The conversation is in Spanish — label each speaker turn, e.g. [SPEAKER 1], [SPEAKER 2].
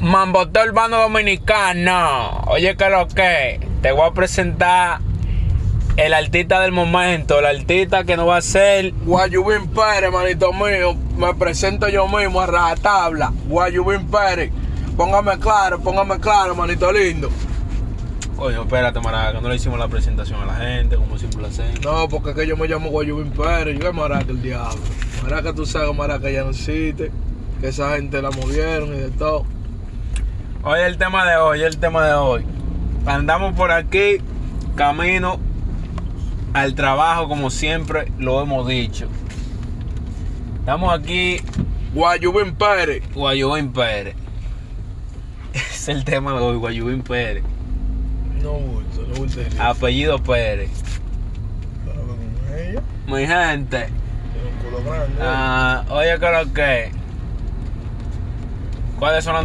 [SPEAKER 1] Mambotó Mm. Urbano Dominicano. Oye, que lo que. Te voy a presentar el artista del momento. El artista que no va a ser.
[SPEAKER 2] Guayubín Pérez, manito mío. Me presento yo mismo a rajatabla. Guayubín Pérez. Póngame claro, póngame claro, manito lindo.
[SPEAKER 1] Coño, espérate, Maraca, que no le hicimos la presentación a la gente, como siempre lo hacemos.
[SPEAKER 2] No, porque es que yo me llamo Guayubín Pérez. Yo es maraca el diablo. Maraca, tú sabes, maraca ya no existe. Que esa gente la movieron y de todo.
[SPEAKER 1] Oye, el tema de hoy, el tema de hoy. Andamos por aquí, camino al trabajo, como siempre lo hemos dicho. Estamos aquí,
[SPEAKER 2] Guayubín Pérez.
[SPEAKER 1] Guayubín Pérez. Es el tema de hoy, Guayubín Pérez.
[SPEAKER 2] No bulto, no bulto.
[SPEAKER 1] Apellido Pérez.
[SPEAKER 2] Pero con ella,
[SPEAKER 1] Mi gente,
[SPEAKER 2] tiene un culo grande.
[SPEAKER 1] ah, oye, creo que. ¿Cuáles son las